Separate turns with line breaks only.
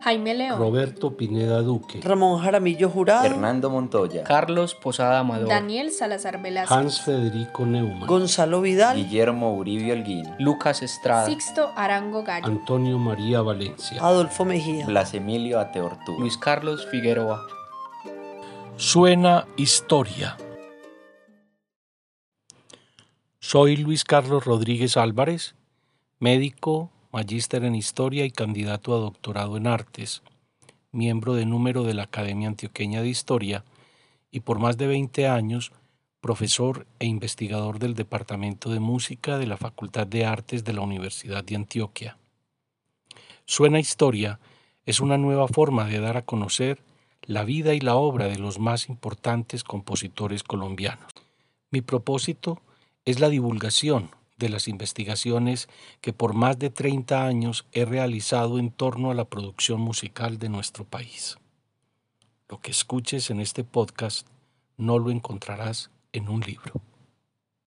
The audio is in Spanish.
Jaime León,
Roberto Pineda Duque,
Ramón Jaramillo Jurado,
Hernando Montoya,
Carlos Posada Amador,
Daniel Salazar Velázquez,
Hans Federico Neumann,
Gonzalo Vidal,
Guillermo Uribe Holguín,
Lucas Estrada,
Sixto Arango Gallo,
Antonio María Valencia.
Adolfo Mejía.
Blas Emilio Ateortúa,
Luis Carlos Figueroa.
Suena historia. Soy Luis Carlos Rodríguez Álvarez, médico, magíster en historia y candidato a doctorado en artes, miembro de número de la Academia Antioqueña de Historia y por más de 20 años profesor e investigador del Departamento de Música de la Facultad de Artes de la Universidad de Antioquia. Suena historia es una nueva forma de dar a conocer la vida y la obra de los más importantes compositores colombianos. Mi propósito es la divulgación de las investigaciones que por más de 30 años he realizado en torno a la producción musical de nuestro país. Lo que escuches en este podcast no lo encontrarás en un libro.